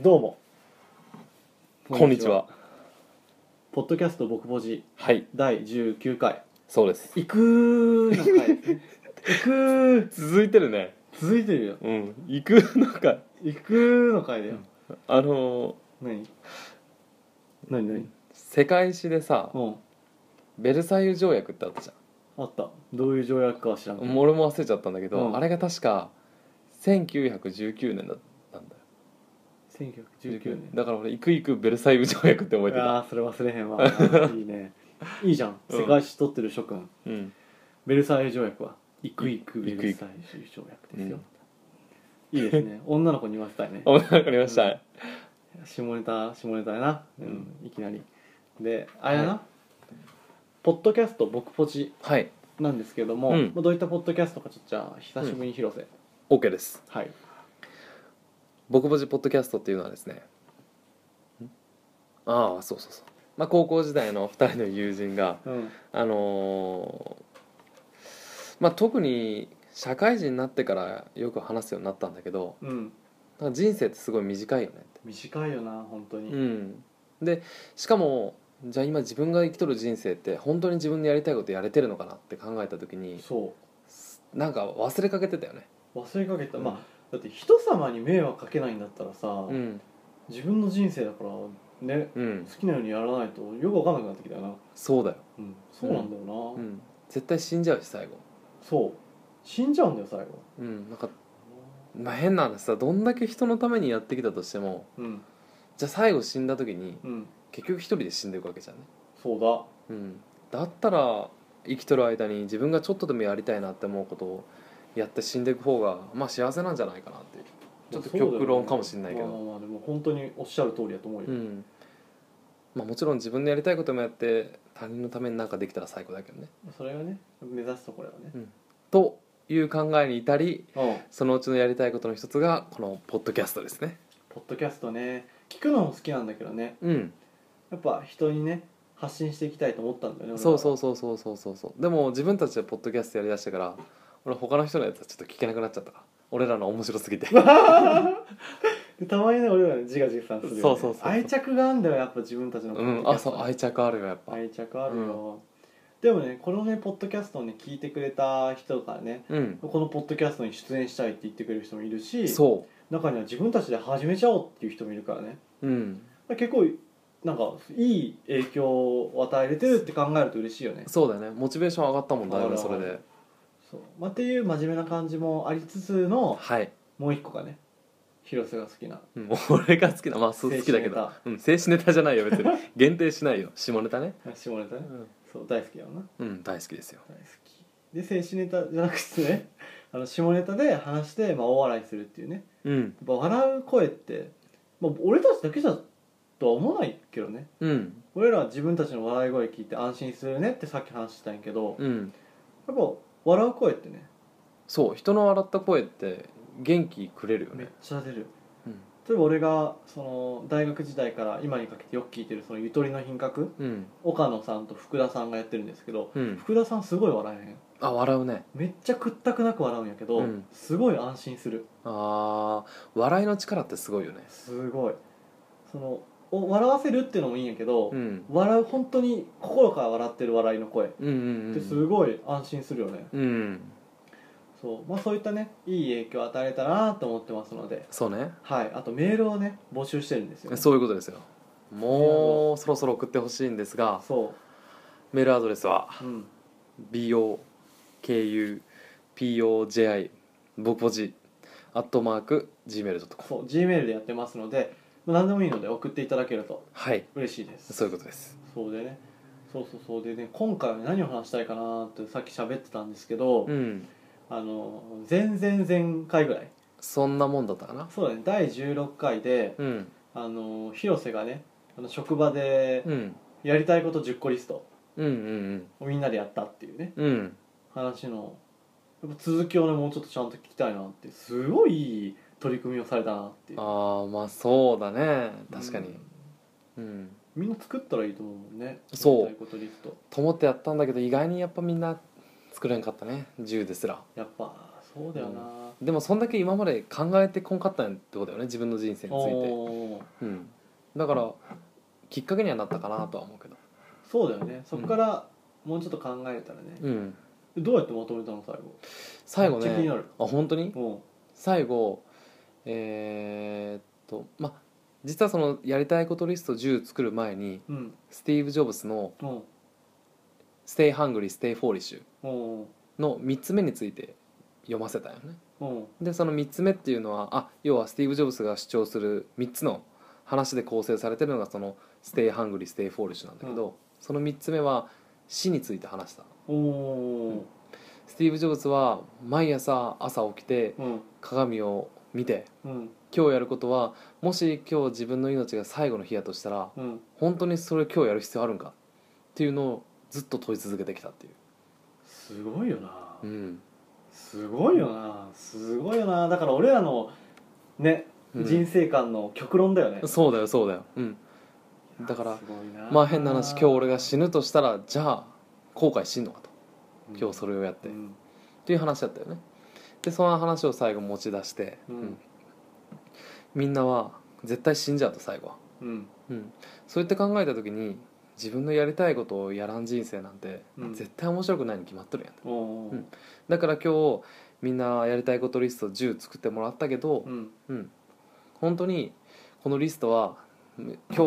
どうもこんにちは。ポッドキャスト僕ぼじはい、第19回そうです。行くーの回 行くー続いてるね。続いてるようん、行く なんか行くーの回だよあのー何何何世界史でさ、うんベルサイユ条約ってあったじあったどういう条約かは知らゃんん。もう俺も忘れちゃったんだけど、うんあれが確か1919年だったんだよ。 1919年だから俺行く行くベルサイユ条約って覚えてた。ああそれ忘れへん わいいねいいじゃんうん世界史取ってる諸君うん。ベルサイユ条約は行く行くベ行くル行サくイユ条約ですよいいですね女の子に言わせたいねあわかりました。下ネタ下ネタやな、ううんん、いきなりであれやな、はポッドキャスト僕ポチはい、なんですけども、うんまあどういったポッドキャストかちょっとじゃあ久しぶりに広瀬、 OK です。はい僕ぼじポッドキャストっていうのはですね。んああ、そうそうそう。まあ高校時代の二人の友人が。うんあのーまあ特に社会人になってからよく話すようになったんだけどうんなんか人生ってすごい短いよねっ短いよな本当に、て、うん、でしかもじゃあ今自分が生きとる人生って本当に自分のやりたいことやれてるのかなって考えた時にそなんか忘れかけてたよね、う忘れかけた、うんまあだって人様に迷惑かけないんだったらさ、うん自分の人生だからねうん好、きなようにやらないとよく分かんなくなってきたよな、そうだよ、うん、そうなんだよな、うん、絶対死んじゃうし最後、そう死んじゃうんだよ最後うん、なんか、まあ、変な話さどんだけ人のためにやってきたとしてもうんじゃあ最後死んだ時にうん結局一人で死んでいくわけじゃんねそうだうん、だったら生きとる間に自分がちょっとでもやりたいなって思うことをやって死んでいく方がまあ幸せなんじゃないかなっていうちょっと極論かもしれないけどまあまあまあでも本当におっしゃる通りだと思うよ、うんまあ、もちろん自分のやりたいこともやって他人のためになんかできたら最高だけどね。それがね目指すところだねという考えに至りうんそのうちのやりたいことの一つがこのポッドキャストですね。ポッドキャストね聞くのも好きなんだけどねうん、やっぱ人にね発信していきたいと思ったんだよねそうそううそうそうそうそうそうでも自分たちでポッドキャストやりだしたから俺他の人のやつはちょっと聞けなくなっちゃったから俺らの面白 すぎてでたまにね俺らね自画自賛するよ、ね、そうそうそうそう愛着があるんだよやっぱ自分たちのポうッんドキあャストそにう愛着あるよやっぱ、愛着あるよ、でもねこのねポッドキャストをね聞いてくれた人からねうんこのポッドキャストに出演したいって言ってくれる人もいるしそう中には自分たちで始めちゃおうっていう人もいるからねうん、結構なんかいい影響を与えれてるって考えると嬉しいよねそうだよねモチベーション上がったもんだい上がぶるそれ上がでそう、まあ、っていう真面目な感じもありつつのはいもう一個がね広瀬が好きなうん俺が好きなまあそう好きだけどうん静止ネタじゃないよ別 に限定しないよ下ネタね下ネタうねん、そう大好きだよな大好きですよ大好きで静止ネタじゃなくてね あの下ネタで話して、まあ、大笑いするっていうねうんやっぱ笑う声って、まあ、俺たちだけじゃとは思わないけどねうん俺らは自分たちの笑い声聞いて安心するねってさっき話してたんやけど、うんやっぱ笑う声ってねそう人の笑った声って元気くれるよめっね、ちゃ出るうん例えば俺がその大学時代から今にかけてよく聞いてるそのゆとりの品格うん岡野さんと福田さんがやってるんですけどうん、福田さんすごい笑えへんあ笑うねめっちゃ屈託なく笑うんやけど、うんすごい安心するあー笑いの力ってすごいよねすごいそのお笑わせるっていうのもいいんやけど、うん笑う本当に心から笑ってる笑いの声っうんうんてすごい安心するよね、うんうんそうまあそういったねいい影響を与えれたらなと思ってますのでそうねはいあとメールをね募集してるんですよ、そういうことですよもうそろそろ送ってほしいんですがそメールアドレスはううん BOKUPOJI 僕ポジアットマーク Gmail.com そう G メールでやってますのでまあ何でもいいので送っていただけるとはい嬉しいですそういうことですそうでねそうそうそうでね今回はね何を話したいかなってさっき喋ってたんですけど、うんあの前々前回ぐらいそんなもんだったかなそうだね第16回でうんあの広瀬がねあの職場でうんやりたいこと10個リストうんうんをみんなでやったっていうねうんうん話のやっぱ続きをねもうちょっとちゃんと聞きたいなってすごいいい取り組みをされたなっていうああまあそうだね確かうにんうんみんな作ったらいいと思うもんねそうやりたいことリストと思ってやったんだけど意外にやっぱみんな作れんかったね10ですらやっぱそうだよな、うでもそんだけ今まで考えてこんかったんやってことだよね自分の人生について、おーうん、だからきっかけにはなったかなとは思うけどそうだよねそこからもうちょっと考えたらね、うんどうやってまとめたの最後最後めっちゃ気にねなある本当にうん最後えーっとまあ実はそのやりたいことリスト10作る前にうんスティーブ・ジョブスのうん「Stay Hungry Stay Foolish うん」の3つ目について読ませたよねうんでその3つ目っていうのはあ要はスティーブ・ジョブスが主張する3つの話で構成されてるのがその「Stay Hungry Stay Foolish」なんだけど、その3つ目は死について話したおースティーブ・ジョブズは毎朝朝起きてうん鏡を見てうん今日やることはもし今日自分の命が最後の日やとしたらうん本当にそれ今日やる必要あるんかっていうのをずっと問い続けてきたっていう、すごいよな、うんすごいよなすごいよなだから俺らのね、うん人生観の極論だよねそうだよそうだよ、うん、だからすごいなまあ変な話今日俺が死ぬとしたらじゃあ後悔しんのかと今日それれをやって、うっんていう話だったよねでその話を最後持ち出して、うんみんなは絶対死んじゃうと最後はうんうん、そうやって考えた時に自分のやりたいことをやらん人生なんて、うん絶対面白くないに決まっとるやんおーうんだから今日みんなやりたいことリスト10作ってもらったけどう、んうん本当にこのリストはうん今日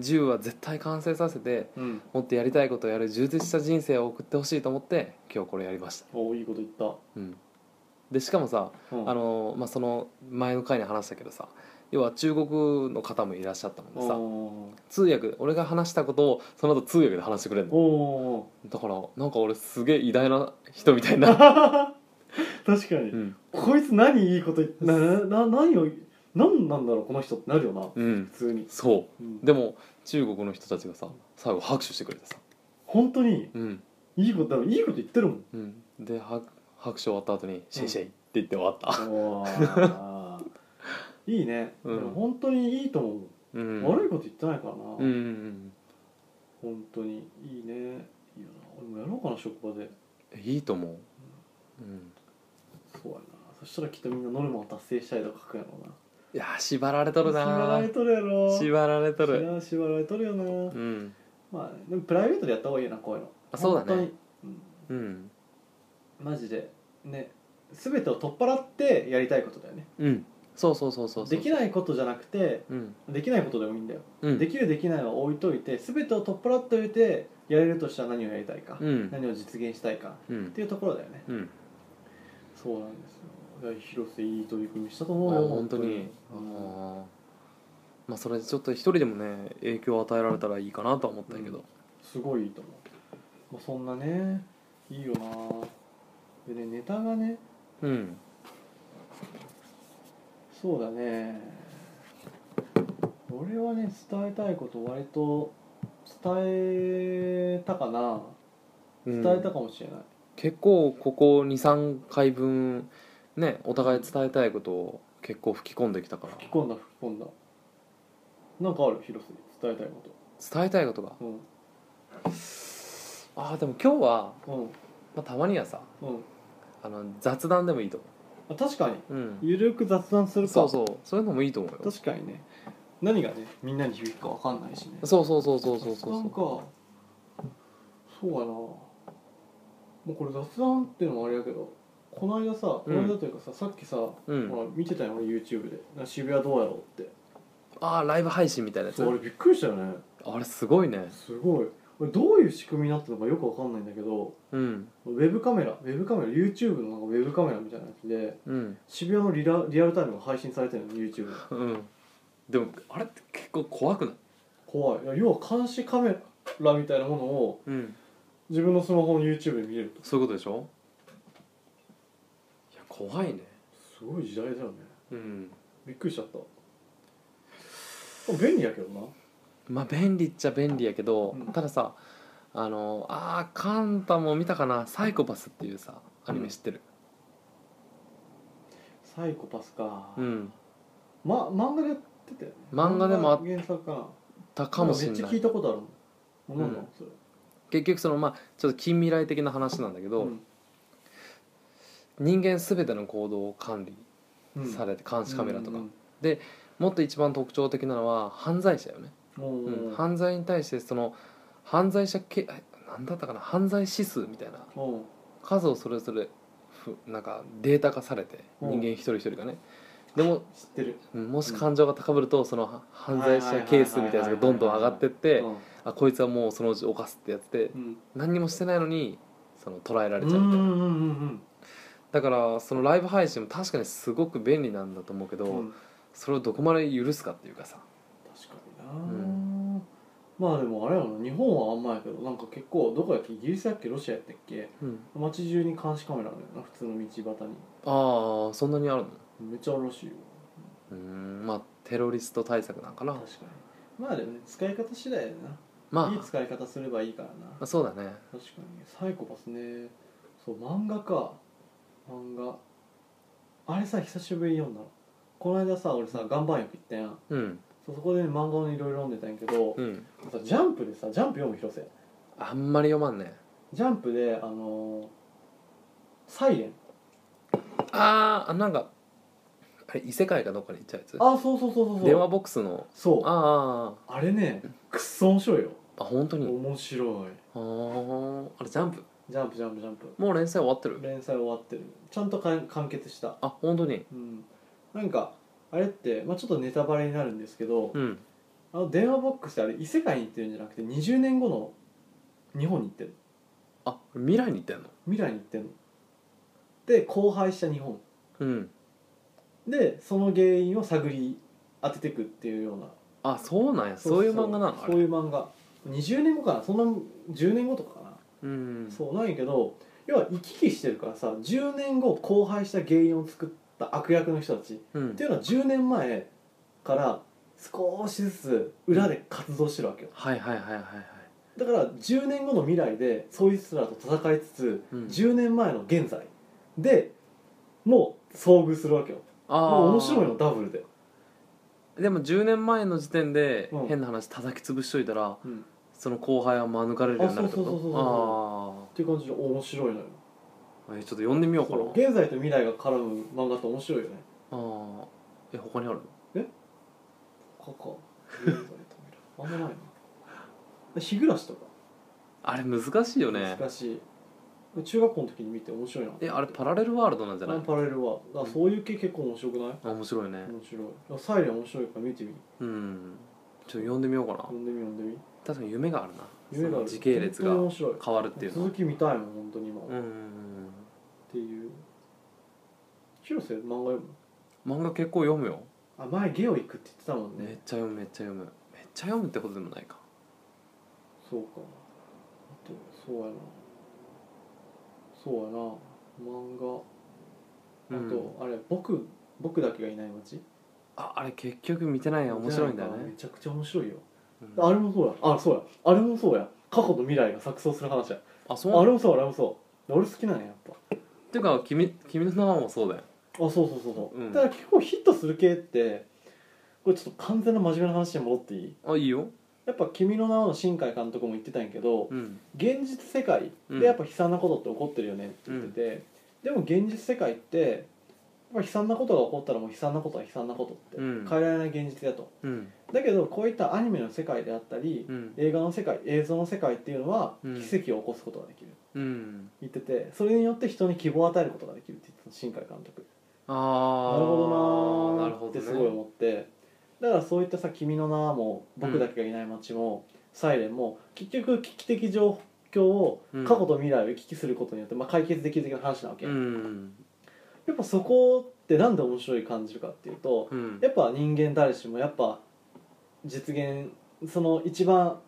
10は絶対完成させてうんもっとやりたいことをやる充実した人生を送ってほしいと思って今日これやりました、おーいいこと言った、うん、でしかもさ、うん、あのまあ、その前の回に話したけどさ要は中国の方もいらっしゃったのでさ、おー通訳俺が話したことをその後通訳で話してくれるのおだからなんか俺すげえ偉大な人みたいな、 ー確かに、うんこいつ何いいこと言ってなな何を何なんだろうこの人ってなるよなうん普、通に、そうんうでも中国の人たちがさ最後拍手してくれてさ、本当にうんいいことだいいこと言ってるもんうん、では拍手終わった後に「シェイシェイ」って言って終わった、おーいいね、うんでも本当にいいと思う、うん、悪いこと言ってないからな、うんうんうん本当にいいねいいよな俺もやろうかな職場でえいいと思う、うん、そうやなそしたらきっとみんなノルマを達成したいとか書くやろうないやー縛られとるな縛られーとるやろ縛られといるや縛られとるよな、うんまあでもプライベートでやった方がいいよなこういうのあそうだね本当に、うんうん、マジでね全てを取っ払ってやりたいことだよねうんそうそうそうそうそうできないことじゃなくてうんできないことでもいいんだようんできるできないは置いといて全てを取っ払っておいてやれるとしたら何をやりたいか、うん何を実現したいかうっんていうところだよねうんそうなんですよいや広瀬いい取り組みしたと思うよ本当にあ本当にーまあそれでちょっと一人でもね影響を与えられたらいいかなとは思ったけどすごいいいと思う、まあ、そんなねいいよなでねネタがねうんそうだね俺はね伝えたいこと割と伝えたかなうん伝えたかもしれない、結構ここ23回分ねお互い伝えたいことを結構吹き込んできたから吹き込んだ吹き込んだなんかある広瀬伝えたいこ伝えたいことがとうんああでも今日は、うんまあ、たまにはさうんあの雑談でもいいと思あ確かにう、うん、ゆるく雑談するかそうそうそういうのもいいと思うよ確かにね何がねみんなに響くか分かんないしねそうそうそうそうそうそうなんかそうやなもうこれ雑談っていうのもあれやけどこの間さこの間というかさ、さっきさ、うんほら見てたよ俺 YouTube でな渋谷どうやろうってああライブ配信みたいなやつそう俺びっくりしたよねあれすごいねすごい俺どういう仕組みになったのかよく分かんないんだけどうんウェブカメラウェブカメラ YouTube のなんかウェブカメラみたいなやつでうん渋谷のリラリアルタイムが配信されてるの YouTube でうんでもあれって結構怖くない怖いいや要は監視カメラみたいなものをうん自分のスマホの YouTube で見れるとそういうことでしょいや怖いねすごい時代だよねうんびっくりしちゃったあ便利やけどなまあ便利っちゃ便利やけど、うんたださあのあーカンタも見たかな「サイコパス」っていうさアニメ知ってるサイコパスか、うん、ま漫画でやってたよね漫画でもあっ漫画原作かなたかもしれんかめなっちゃ聞いいたことあるもん何なのそれ結局そのまあちょっと近未来的な話なんだけど、うん人間全ての行動を管理うんされて、監視カメラとか、うんもっと一番特徴的なのは犯罪者よね、うんうんうん犯罪に対してその犯罪者け何だったかな犯罪指数みたいなうん数をそれぞれふなんかデータ化されてうん人間一人一人がねでも知ってるうんもし感情が高ぶるとそのは犯罪はいはいはい者はいケースみたいなやつがどんどん上がってってうんあこいつはもうそのうち犯すってやつでうん何にもしてないのにその捉えらうれんちうゃうみんたいなうんだからそのライブ配信も確かにすごく便利なんだと思うけど、うんうんそれをどこまで許すかっていうかさ確かにな、まあでもあれやろな日本はあんまやけどなんか結構どこやっけイギリスやっけロシアやったっけ街中に監視カメラあるよな普通の道端にああそんなにあるのめっちゃあるらしいようーんまあテロリスト対策なんかな確かにまあでもね使い方次第やな、まいい使い方すればいいからなあそうだね確かにサイコパスねそう漫画か漫画あれさ久しぶりに読んだのこの間さ俺さ岩盤浴行ったやんうんそうそこで、ね、漫画をいろいろ読んでたんやけど、うんさジャンプでさジャンプ読む広瀬あんまり読まんねジャンプであのーサイレンあーあなんかあれ異世界かどっかに行っちゃうやつあそうそうそうそうそう電話ボックスのそうああーれねくっそ面白いよあーあ本当に面白いあーあれジャンプジャンプジャンプジャンプもう連載終わってる連載終わってるちゃんとかん完結したあ本当にうんなんかあれって、まあ、ちょっとネタバレになるんですけど、うんあの電話ボックスってあれ異世界に行ってるんじゃなくて20年後の日本に行ってるあ未来に行ってんの未来に行ってるので荒廃した日本うんでその原因を探り当ててくっていうようなあそうなんやそういう漫画なのあそうれいう漫画20年後かなそんな10年後とかかな、うんそうなんやけど要は行き来してるからさ10年後荒廃した原因を作った悪役の人たちうんっていうのは10年前から少しずつ裏で活動してるわけよはいはいはいはいはいだから10年後の未来でそいつらと戦いつつ、うん10年前の現在でもう遭遇するわけよあもう面い白いのダブルで、でも10年前の時点でうん変な話叩き潰しといたらうんっその後輩は免れるようになるってこあそうそうそうそうとていう感じで面白いのよああえちょっと読んでみようかなそう現在と未来が絡む漫画って面白いよねああえ他にあるここ現在と 未来あんまないなで日暮らしとかあれ難しいよね難しい、中学校の時に見て面白いなえあれパラレルワールドなんじゃないあパラレルはだからそういう系結構面白くない、あ面白いね面白いあサイレン面白いから見てみうんちょっと読んでみようかな読んでみ読んでみ確かに夢があるな夢があそるの時系列が本当に面白い変わるっていうの続き見たいもん本当に今、うっんていう広瀬漫画読む漫画結構読むよあ前ゲオ行くって言ってたもんねめっちゃ読むめっちゃ読むめっちゃ読むってことでもないかそうかあとそうやなそうやな漫画あうんと、あれ僕僕だけがいない街ああれ結局見てないや面白いんだよめねちゃくちゃ面白いよ、うんあれもそうやあそうやあれもそうや過去と未来が錯綜する話やあそうあれもそうあれもそう俺好きなのやっぱっていうか君君の名はもそうだよあそうそうそうそう、うんだから結構ヒットする系ってこれちょっと完全な真面目な話に戻っていいあいいよやっぱ「君の名は」の新海監督も言ってたんやけどうん現実世界うんでやっぱ悲惨なことって起こってるよねって言ってて、でも現実世界ってやっぱ悲惨なことが起こったらもう悲惨なことは悲惨なことってうん変えられない現実だと、うんだけどこういったアニメの世界であったり、うん映画の世界映像の世界っていうのはうん奇跡を起こすことができる、うん言っててそれによって人に希望を与えることができるって言ってた新海監督あなあるほどななるーほってどねすごい思って、だからそういったさ「君の名」も「僕だけがいない街」も「サイレン」も結局危機的状況をうん過去と未来を行き来することによって、まあ、解決できる的な話なわけ、うんやっぱそこってなんで面白い感じるかっていうとうんやっぱ人間誰しもやっぱ実現その一番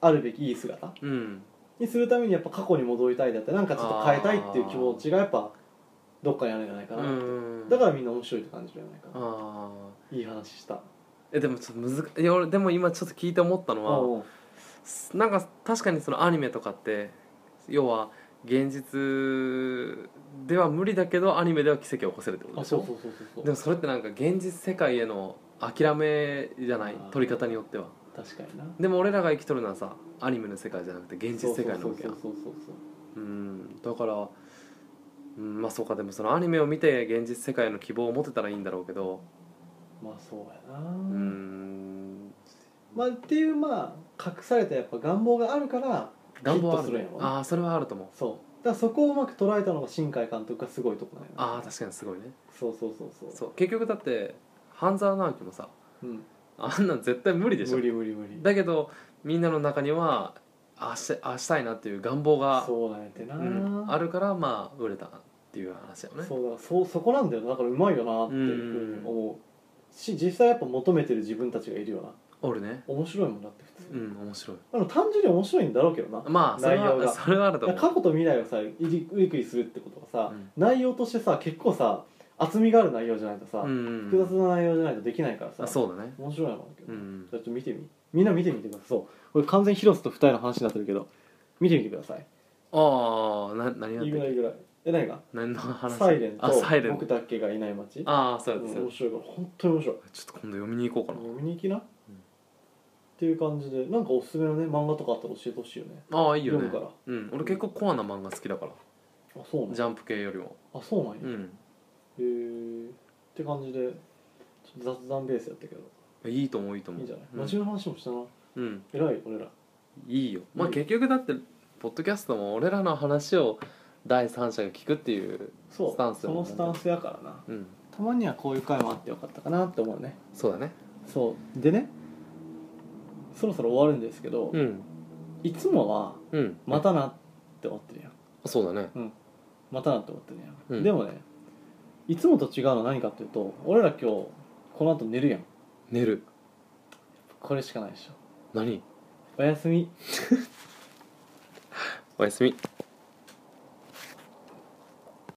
あるべきいい姿うんにするためにやっぱ過去に戻りたいだったりなんかちょっと変えたいっていう気持ちがやっぱどっかにあるんじゃないかな、うんだからみんな面白いと感じるんじゃないかな、あいい話したーえでもちょっと難いや俺でも今ちょっと聞いて思ったのは、うんなんか確かにそのアニメとかって要は現実では無理だけどアニメでは奇跡を起こせるってことあでしょそうそうそうそうでそうもそれってなんか現実世界への諦めじゃないあー取り方によっては確かになでも俺らが生きとるのはさアニメの世界じゃなくて現実世界のわけやんそうそうそうそううんだからうん、まあそうかでもそのアニメを見て現実世界の希望を持てたらいいんだろうけどまあそうやな、うんまあっていうまあ隠されたやっぱ願望があるから願望はヒあットするるんねやろああそれはあると思うそうだからそこをうまく捉えたのが新海監督がすごいとこなんやなああ確かにすごいねそうそうそうそうそう結局だって半沢直樹もさうん、あんなん絶対無理でしょ無理無理無理だけどみんなの中にはあしあしたいなっていう願望がそうなんやってな、うんあるからまあ売れたっていう話だよねそうだそうそこなんだよなだからうまいよなっていうふうに思うし実際やっぱ求めてる自分たちがいるよな俺ね面白いもんだって普通、うん面白いあの単純に面白いんだろうけどな、まあそれ内容はがそれはあるとだから思過去と未来をさいりウイクリするってことはさ、うん内容としてさ結構さ厚みがある内容じゃないとさ、ううん複雑な内容じゃないとできないからさあそうだね面白いのかなけど、うじんゃあちょっと見てみみんな見てみてくださいそうこれ完全に広瀬と二人の話になってるけど見てみてくださいああな何やっいいてぐらいいいぐらいえ何が何の話サイレンあサイレとン僕だけがいない街ああそううんです面白いから本当に面白いちょっと今度読みに行こうかな飲みに行きな、っていう感じでなんかおすすめのね漫画とかあったら教えてほしいよねああいいよね読むかうん俺結構コアな漫画好きだからあそうなんジャンプ系よりもあそうなんや、うへんえって感じでちょっと雑談ベースやったけどいいと思ういいと思ういいじゃないうん街の話もしたなうん偉い俺らいいよまあいい結局だってポッドキャストも俺らの話を第三者が聞くっていうそうスタンスそだもんのねスタンスやからなうんたまにはこういう回もあってよかったかなって思うねそうだねそうでねそろそろ終わるんですけど、うんいつもはうんまたなって思ってるやんそうだねまたなって思ってるやん、うんでもねいつもと違うのは何かっていうと俺ら今日この後寝るやん寝るこれしかないでしょ何おやすみおやすみ